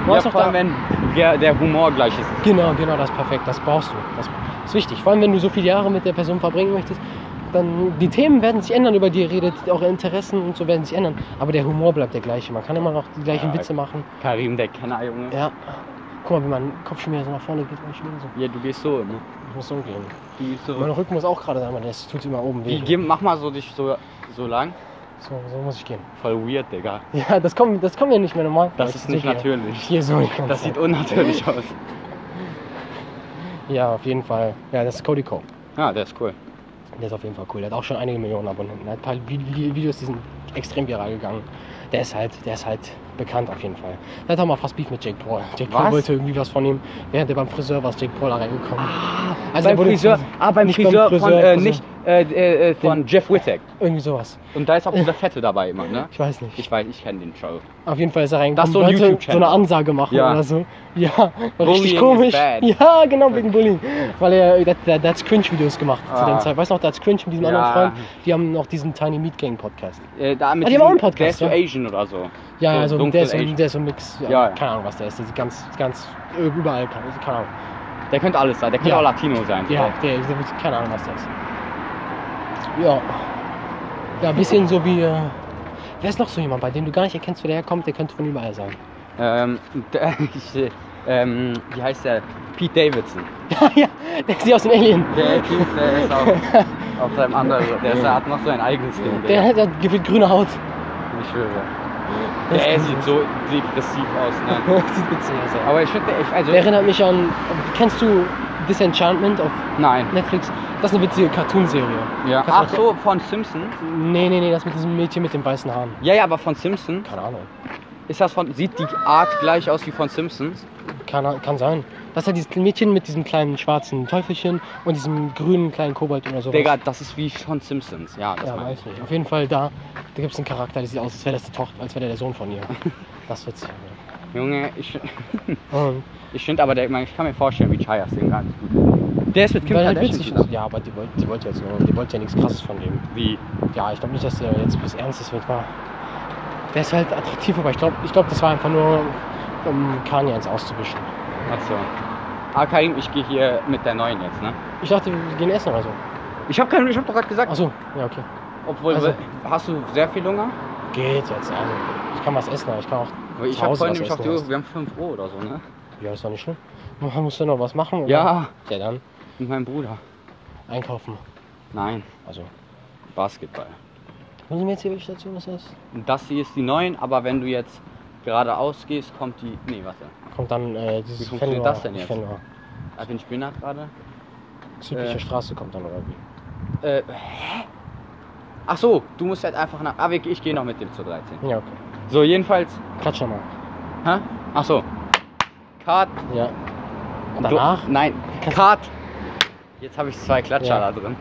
S1: Du
S2: Ja,
S1: hast auch
S2: vor allem, wenn der, der Humor gleich ist.
S1: Genau, genau, das ist perfekt. Das brauchst du. Das ist wichtig. Vor allem, wenn du so viele Jahre mit der Person verbringen möchtest, dann die Themen werden sich ändern, über die ihr redet, eure Interessen und so werden sich ändern. Aber der Humor bleibt der gleiche. Man kann immer noch die gleichen
S2: Ja.
S1: Witze machen.
S2: Karim, der Kenner, Junge.
S1: Ja. Guck mal, wie mein Kopf schon wieder so nach vorne geht. Ich, schon wieder so.
S2: Ja, du gehst so, ne?
S1: ich muss so gehen.
S2: Du gehst so.
S1: Mein Rücken muss auch gerade sein, weil das tut immer oben weh.
S2: Wie, geh, mach mal so dich so, so lang.
S1: So, so muss ich gehen.
S2: Voll weird, Digga.
S1: Ja, das kommt, das kommt ja nicht mehr normal. vor.
S2: Das
S1: Ich
S2: ist nicht
S1: sehe
S2: natürlich.
S1: Hier, hier so. die ganze
S2: Das sieht
S1: Zeit.
S2: unnatürlich aus.
S1: Ja, auf jeden Fall. Ja, das ist Cody Cole.
S2: Ja, der ist cool.
S1: Der ist auf jeden Fall cool. Der hat auch schon einige Millionen Abonnenten. Er hat ein paar Vi- Vi- Videos, die sind extrem viral gegangen. Der ist halt, der ist halt bekannt auf jeden Fall. Der hat auch mal fast Beef mit Jake Paul. Jake Paul
S2: Was?
S1: wollte irgendwie was von ihm. Während er beim Friseur war, ist Jake Paul da reingekommen. Also er
S2: Ah, beim
S1: wurde
S2: Friseur,
S1: jetzt-
S2: ah, beim
S1: nicht
S2: Friseur,
S1: beim
S2: von, äh,
S1: Friseur.
S2: nicht, äh, äh, äh, von Jeff Wittek.
S1: Irgendwie sowas.
S2: Und da ist auch dieser Fette dabei immer, ne?
S1: Ich weiß nicht.
S2: Ich weiß, ich kenne den Show.
S1: Auf jeden Fall ist er
S2: Das
S1: reingekommen.
S2: ist so ein
S1: wollte so
S2: YouTube-Channel.
S1: eine Ansage machen
S2: Ja.
S1: oder so. Ja, war richtig
S2: Bullying
S1: komisch.
S2: is bad.
S1: Ja, genau, wegen Bullying. Weil er, der, der, der hat Cringe-Videos gemacht zu
S2: Ah.
S1: der Zeit. Weißt du noch, der hat Cringe mit diesem
S2: Ja.
S1: anderen Freund. Die haben noch diesen Tiny Meat Gang Podcast.
S2: Äh, da mit
S1: Ah, die haben auch einen
S2: diesem-
S1: Podcast,
S2: Der ist so
S1: ja.
S2: Asian oder so.
S1: Ja,
S2: so
S1: also
S2: dunkel
S1: der ist, so,
S2: Asian.
S1: der ist so ein Mix. Ja,
S2: Ja, ja.
S1: Keine Ahnung, was der ist. Das ist ganz, ganz überall. Keine also keine Ahnung.
S2: Der könnte alles sein. Der könnte
S1: Ja.
S2: auch Latino sein.
S1: Ja, der, der wird, keine Ahnung, was der ist. Ja. Ja, ein bisschen so wie. Äh, wer ist noch so jemand, bei dem du gar nicht erkennst, wo der herkommt? Der könnte von überall sein.
S2: Ähm, der, ich, ähm, wie heißt der? Pete Davidson.
S1: Ja, ja, der sieht aus dem Alien.
S2: Der Typ, der ist auf, auf seinem anderen. Der, ist, der hat noch so ein eigenes Ding.
S1: Der
S2: Digga.
S1: hat, der hat gefühlt grüne Haut.
S2: Ich schwöre. Der sieht so depressiv aus, ne?
S1: Oh, sieht witzig aus. Ja.
S2: Aber ich finde, ich, also,
S1: Der erinnert mich an. Kennst du Disenchantment auf
S2: nein.
S1: Netflix? Das ist eine witzige Cartoonserie.
S2: Ja. Ach
S1: Kannst du-
S2: so, von Simpson?
S1: Nee, nee, nee, das mit diesem Mädchen mit den weißen Haaren.
S2: Ja, ja, aber von Simpson?
S1: Keine Ahnung.
S2: Ist das von, sieht die Art gleich aus wie von Simpsons?
S1: Kann, kann sein. Das ist ja dieses Mädchen mit diesem kleinen schwarzen Teufelchen und diesem grünen kleinen Kobold oder so.
S2: Digga, das ist wie von Simpsons. Ja, das
S1: Ja,
S2: meine ich.
S1: weiß nicht. Auf jeden Fall da, da gibt es einen Charakter, der sieht aus, als wäre das die Tochter, als wäre der, der Sohn von ihr. Das wird's.
S2: Junge, ich,
S1: Und
S2: ich finde aber, der, ich, mein, ich kann mir vorstellen, wie Chayas den gar nicht gut. Der ist mit Kim
S1: weil halt
S2: Kardashian
S1: witzig ist.
S2: zusammen.
S1: Ja, aber die wollte, die wollte jetzt nur, die wollte ja nichts krasses von dem.
S2: Wie?
S1: Ja, ich glaube nicht, dass der jetzt bis Ernstes wird war. Der ist halt attraktiv, aber ich glaube, ich glaub, das war einfach nur, um Kanye eins auszuwischen.
S2: Achso. Ah, Karim, ich gehe hier mit der neuen jetzt, ne?
S1: Ich dachte, wir gehen essen oder so.
S2: Ich habe keine, ich habe doch gerade gesagt,
S1: Achso, ja, okay.
S2: obwohl,
S1: also-
S2: hast du sehr viel Hunger?
S1: Geht jetzt. Also, ich kann was essen, aber ich kann auch.
S2: Weil Ich
S1: zu
S2: habe
S1: Hause
S2: vorhin
S1: was
S2: nämlich auf die
S1: essen
S2: Uhr,
S1: lassen.
S2: wir haben 5 Uhr oder so, ne?
S1: Ja, ist doch nicht schlimm. Man muss ja noch was machen. Oder?
S2: Ja,
S1: Ja, dann
S2: mit meinem Bruder.
S1: einkaufen.
S2: Nein,
S1: Also,
S2: Basketball.
S1: müssen wir jetzt hier welche Station? Was ist das?
S2: Und Das hier ist die 9, aber wenn du jetzt geradeaus gehst, kommt die. Nee, warte.
S1: Kommt dann äh, dieses
S2: Wie funktioniert
S1: Fenway-
S2: das denn jetzt?
S1: Fenway.
S2: Ah, bin ich bin nach gerade.
S1: Südliche
S2: Äh.
S1: Straße kommt dann oder wie?
S2: Äh, hä? Ach so, du musst halt einfach nach. Ah, wir- ich gehe noch mit dem zur 13.
S1: Ja, okay.
S2: So, jedenfalls.
S1: Klatsch nochmal.
S2: Hä? Ach so. Cut.
S1: Ja. Und danach?
S2: Du, nein.
S1: Kannst-
S2: Cut. Jetzt habe ich zwei Klatscher
S1: Ja.
S2: da drin.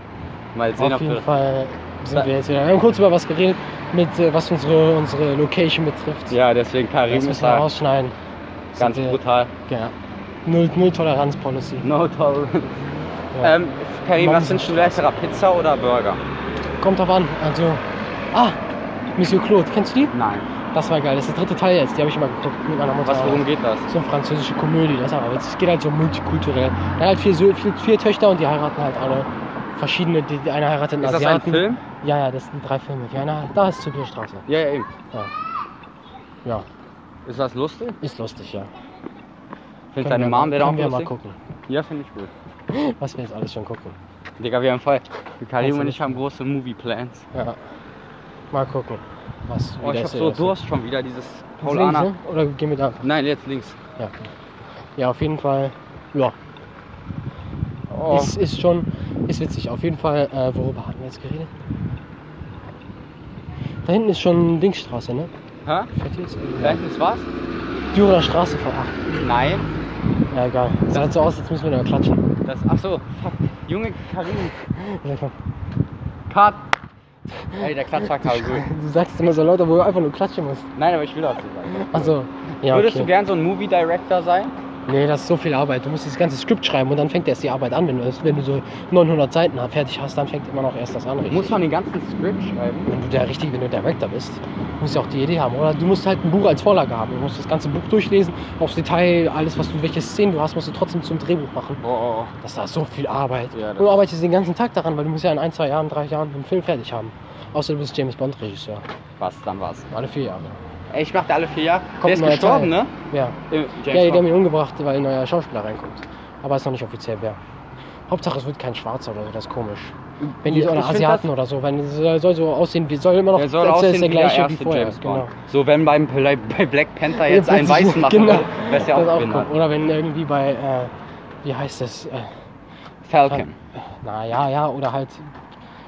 S2: Mal sehen,
S1: Auf
S2: ob
S1: jeden
S2: du.
S1: Fall
S2: Da-
S1: sind wir jetzt wieder. Wir haben kurz über was geredet, mit, äh, was unsere, unsere Location betrifft.
S2: Ja, deswegen
S1: das
S2: Karim
S1: müssen
S2: ist
S1: wir
S2: da
S1: rausschneiden.
S2: ganz
S1: Sind wir-
S2: brutal.
S1: Ja. Null, Null Toleranz Policy.
S2: No tolerance.
S1: Ja.
S2: Ähm, Karim, was sind besserer Pizza oder Burger?
S1: Kommt drauf an. Also. Ah! Monsieur Claude, kennst du die?
S2: Nein.
S1: Das war geil. Das ist der dritte Teil jetzt. Die habe ich mal geguckt mit meiner Mutter.
S2: Was, worum geht das?
S1: So eine französische Komödie, das ist aber witzig. Es geht halt so multikulturell. Er hat halt vier, Sö- vier, vier Töchter und die heiraten halt alle verschiedene. Die, die eine heiratet einen
S2: Ist das
S1: Asiaten.
S2: ein Film?
S1: Ja, ja, das sind drei Filme. Die eine, da ist zur Bierstraße.
S2: Ja, ja, eben.
S1: Ja,
S2: Ist das lustig?
S1: ist lustig, ja. Können
S2: Findet deine
S1: wir
S2: Mom
S1: mal-
S2: den auch
S1: können wir mal
S2: lustig?
S1: gucken,
S2: Ja, finde ich gut.
S1: was wir jetzt alles schon gucken.
S2: Digga, wir haben voll.
S1: Kannst
S2: Karim
S1: du
S2: und
S1: nicht.
S2: ich haben große Movie-Plans.
S1: Ja. Mal gucken, was
S2: Oh,
S1: wie
S2: ich
S1: das
S2: hab
S1: hier
S2: so
S1: ist.
S2: Durst schon wieder, dieses
S1: Jetzt
S2: Paulaner.
S1: links, ne? Oder gehen wir da einfach?
S2: Nein, jetzt links.
S1: Ja. ja, auf jeden Fall. Ja,
S2: Oh.
S1: ist, ist schon ist witzig. Auf jeden Fall, äh, worüber hatten wir jetzt geredet? Da hinten ist schon Dingsstraße, ne?
S2: Hä?
S1: Fährt die jetzt?
S2: Da hinten ist was?
S1: Dürer Straße vor 8.
S2: Nein.
S1: Ja, egal. Sieht halt so aus, als müssen wir da klatschen.
S2: Das, ach so, fuck. Junge Karim.
S1: Ja, komm.
S2: Cut. Ey, der Klatscher kam gut.
S1: Du sagst immer so Leute, wo du einfach nur klatschen musst.
S2: Nein, aber ich will das nicht sagen.
S1: Also, ja,
S2: Würdest du
S1: okay.
S2: gern so ein Movie-Director sein?
S1: Nee, das ist so viel Arbeit. Du musst dieses ganze Skript schreiben und dann fängt erst die Arbeit an. Wenn du, wenn du so 900 Seiten fertig hast, dann fängt immer noch erst das an. richtig.
S2: Muss man den ganzen Script schreiben?
S1: Wenn du der richtige, wenn du Director bist, musst du auch die Idee haben. Oder du musst halt ein Buch als Vorlage haben. Du musst das ganze Buch durchlesen, aufs Detail, alles, was du, welche Szenen du hast, musst du trotzdem zum Drehbuch machen.
S2: Oh, oh,
S1: Das ist so viel Arbeit.
S2: Ja, das-
S1: du arbeitest den ganzen Tag daran, weil du musst ja in ein, zwei Jahren, drei Jahren einen Film fertig haben. Außer du bist James Bond Regisseur.
S2: oh. Was, dann was.
S1: Alle vier Jahre.
S2: Ey, ich dachte alle vier Jahre.
S1: Kommt
S2: der ist
S1: ein neuer
S2: gestorben,
S1: Teil.
S2: ne?
S1: Ja.
S2: Äh,
S1: Ja, die haben
S2: Bond.
S1: ihn umgebracht, weil ein neuer Schauspieler reinkommt. Aber ist noch nicht offiziell wer. Hauptsache es wird kein Schwarzer oder so, das ist komisch. Wenn die
S2: Ja,
S1: so eine
S2: ich find
S1: Asiaten oder so, wenn soll, soll so aussehen wie soll immer noch
S2: Der soll
S1: als
S2: aussehen
S1: ist der
S2: wie der
S1: gleiche wie
S2: erste
S1: vorher.
S2: James
S1: genau.
S2: Bond. So, wenn beim, bei bei Black Panther jetzt einen
S1: plötzlich-
S2: weißen machen
S1: genau.
S2: würde, wär's ja
S1: Das ist
S2: auch
S1: auch
S2: behindert.
S1: cool. Oder wenn irgendwie bei, äh, wie heißt das? Äh,
S2: Falcon.
S1: na ja, ja, oder halt,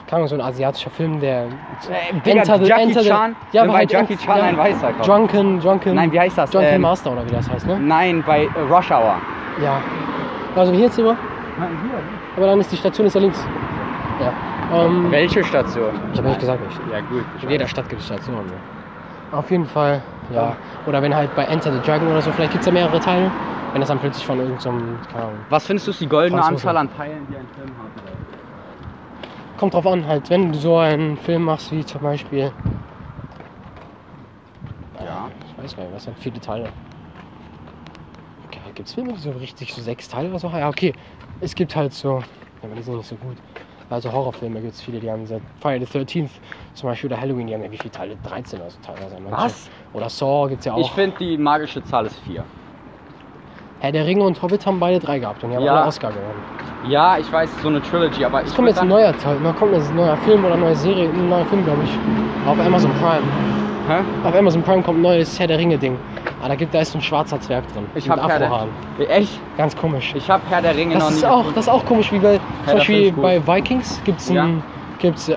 S1: keine Ahnung, so ein asiatischer Film, der.
S2: Äh, Digga, Jackie Chan, wenn bei Jackie Chan ein Weißer kommt.
S1: halt Drunken, Drunken.
S2: Nein, wie heißt das?
S1: Drunken
S2: Ähm,
S1: Master oder wie das heißt, ne?
S2: Nein, bei äh, Rush Hour.
S1: Ja. Also hier jetzt rüber, aber dann ist die Station ist ja links. Ja. Ähm,
S2: Welche Station?
S1: ich habe nicht gesagt, welche.
S2: Ja, gut.
S1: In jeder Stadt gibt es Stationen. Ja. Auf jeden Fall, ja. Oder wenn halt bei Enter the Dragon oder so, vielleicht gibt es ja mehrere Teile. Wenn das dann plötzlich von irgendeinem, keine Ahnung,
S2: Was findest du ist die goldene
S1: Franzose.
S2: Anzahl an Teilen, die ein Film haben soll?
S1: Kommt drauf an, halt, wenn du so einen Film machst, wie zum Beispiel.
S2: Ja.
S1: Ich weiß gar nicht, was sind viele Teile? Okay, gibt es Filme, die so richtig so sechs Teile oder so? haben? Ja, okay. Es gibt halt so. Ja, aber die sind nicht so gut. Also Horrorfilme gibt es viele, die haben seit Friday the 13th zum Beispiel oder Halloween, die haben ja wie viele Teile? 13 oder so teilweise. manche.
S2: Was?
S1: Oder Saw gibt es ja auch.
S2: Ich finde, die magische Zahl ist 4.
S1: Herr der Ringe und Hobbit haben beide drei gehabt und die haben
S2: Ja.
S1: alle Oscar gewonnen.
S2: Ja, ich weiß, so eine Trilogy, aber
S1: Es
S2: ich
S1: kommt
S2: würd
S1: jetzt ein
S2: sagen-
S1: neuer Teil, da kommt jetzt ein neuer Film oder eine neue Serie, ein neuer Film, glaube ich. Auf Amazon Prime.
S2: Hä?
S1: Auf Amazon Prime kommt ein neues Herr der Ringe Ding. Ah, da, gibt, da ist so ein schwarzer Zwerg drin.
S2: Ich
S1: mit
S2: hab Herr der-
S1: Afrohaaren.
S2: Echt?
S1: Ganz komisch.
S2: Ich habe Herr der Ringe noch
S1: das,
S2: nie
S1: ist auch,
S2: geguckt.
S1: das ist auch komisch, wie bei,
S2: das
S1: zum Beispiel
S2: find ich gut.
S1: bei Vikings gibt es einen, gibt's, äh,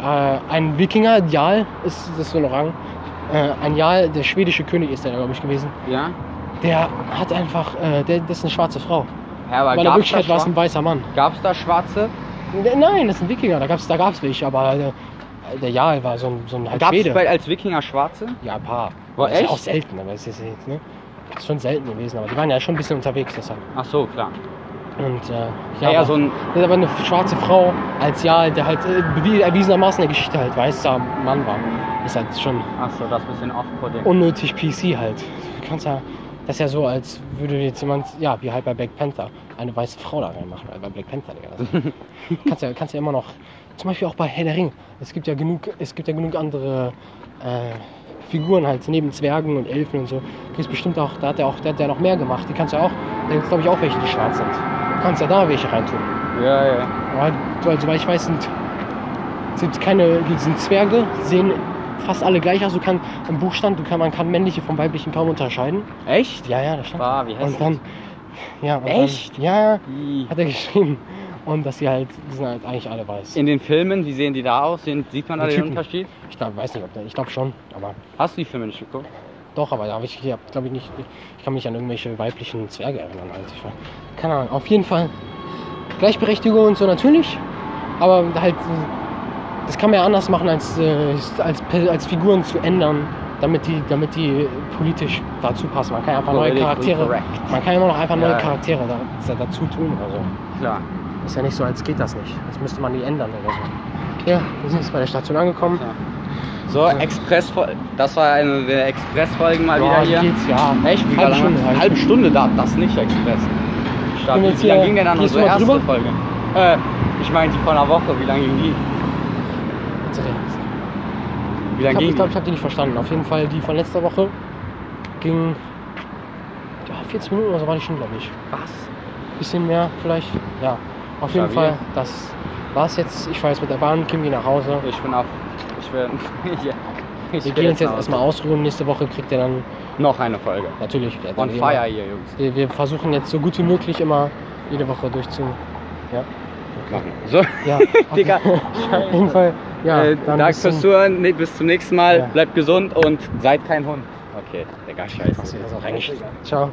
S1: einen Wikinger, Jarl, ist, das ist so ein Rang. Äh, ein Jarl, der schwedische König ist der, glaube ich, gewesen.
S2: Ja?
S1: Der hat einfach, äh, der, das ist eine schwarze Frau.
S2: Ja, aber
S1: Weil in
S2: Ah, gab's da,
S1: Wirklichkeit war es
S2: Schwa
S1: ein weißer Mann.
S2: gab's da Schwarze?
S1: Nein, das ist ein Wikinger, da gab's, da gab's welche, aber der, der Jarl war so ein, so ein halb
S2: Gab's
S1: Schwede.
S2: bei, als Wikinger Schwarze?
S1: ja, ein paar.
S2: War
S1: das ist
S2: echt?
S1: ja auch selten, aber es ist, jetzt, ne? das ist schon selten gewesen, aber die waren ja schon ein bisschen unterwegs deshalb.
S2: Ach so, klar.
S1: Und äh, ja,
S2: Ja, ja,
S1: aber,
S2: so ein.
S1: das ist aber eine schwarze Frau als Jarl, der halt äh, bewie- erwiesenermaßen in der Geschichte halt weißer Mann war. Ist halt schon
S2: Ach so, das ist ein bisschen off-putting.
S1: unnötig PC halt. Du kannst ja, das ist ja so, als würde jetzt jemand, ja, wie halt bei Black Panther, eine weiße Frau da reinmachen, weil bei Black Panther, Digga. Das kannst ja, kannst ja immer noch, zum Beispiel auch bei Herr der Ring, es gibt ja genug, es gibt ja genug andere äh, Figuren halt, neben Zwergen und Elfen und so. Gibt bestimmt auch, da hat er auch, da hat er noch mehr gemacht. Die kannst ja auch, da gibt glaube ich auch welche, die schwarz sind. Du kannst ja da welche reintun.
S2: Ja, ja.
S1: Aber, also, weil ich weiß, sind, sind keine, sind Zwerge, sehen fast alle gleich aus. Du kann, Im Buch stand, du kann, man kann männliche vom weiblichen kaum unterscheiden.
S2: Echt?
S1: Ja, ja, das stand.
S2: Bah, wie heißt
S1: Und dann, ja, und
S2: Echt?
S1: Dann, ja, ja,
S2: das? Ih.
S1: hat er geschrieben. Und dass sie halt, die sind halt eigentlich alle weiß.
S2: In den Filmen, wie sehen die da aus? Sehen- Sieht man da
S1: Die
S2: den
S1: Typen.
S2: Unterschied?
S1: Ich glaub, weiß nicht, ob der, ich glaube schon, aber
S2: Hast du die Filme nicht geguckt?
S1: doch, aber da habe ich, glaube ich nicht, ich kann mich an irgendwelche weiblichen Zwerge erinnern. Also ich war, keine Ahnung, auf jeden Fall Gleichberechtigung und so natürlich, aber halt, äh, das kann man ja anders machen, als, äh, als, Pe- als Figuren zu ändern, damit die, damit die politisch dazu passen. Man kann ja einfach neue
S2: Politically
S1: Charaktere,
S2: correct.
S1: man kann immer noch einfach
S2: Ja,
S1: neue
S2: ja.
S1: Charaktere da, dazu tun oder so.
S2: Klar.
S1: Ist ja nicht so, als geht das nicht. Als müsste man die ändern oder so. Ja, wir sind jetzt bei der Station angekommen.
S2: Ja. So, Express, das war eine der Expressfolgen mal
S1: Ja,
S2: wieder hier.
S1: geht's, ja.
S2: Echt? Wie
S1: Halbe
S2: lange?
S1: Stunde halt.
S2: Halbe Stunde da, das nicht Express. Statt,
S1: Und jetzt
S2: wie lange
S1: hier-
S2: ging denn dann
S1: gehst du
S2: unsere
S1: mal
S2: erste
S1: drüber?
S2: Folge? Äh, ich meine die vor einer Woche, wie lange ging die?
S1: Jetzt hat er- Ich
S2: Wie lange
S1: glaube, ich,
S2: ging
S1: glaub,
S2: die?
S1: ich habe die nicht verstanden. Auf jeden Fall die von letzter Woche ging ja, 40 Minuten oder so war die schon, glaube ich.
S2: Was?
S1: Bisschen mehr vielleicht. Ja, auf jeden
S2: Stabil.
S1: Fall. Das war's jetzt. Ich fahre jetzt mit der Bahn. Kim geht nach Hause.
S2: Also Ich bin auf. Ich bin. ja. Ich
S1: Wir
S2: bin
S1: gehen uns jetzt
S2: nach
S1: erstmal ausruhen. Nächste Woche kriegt ihr dann
S2: Hause. Noch eine Folge.
S1: natürlich. Ja, dann
S2: On
S1: eh
S2: fire hier, Jungs.
S1: mal. Wir, wir versuchen jetzt so gut wie möglich immer jede Woche durchzu. Ja.
S2: Machen. So,
S1: Ja.
S2: Digga.
S1: Auf jeden Fall. Ja,
S2: äh,
S1: dann
S2: danke
S1: bis zum-
S2: fürs Zuhören. Nee, bis zum nächsten Mal.
S1: Ja.
S2: Bleibt gesund und seid kein Hund. Okay, Digga, scheiße.
S1: Hast du das auch eigentlich? Ciao.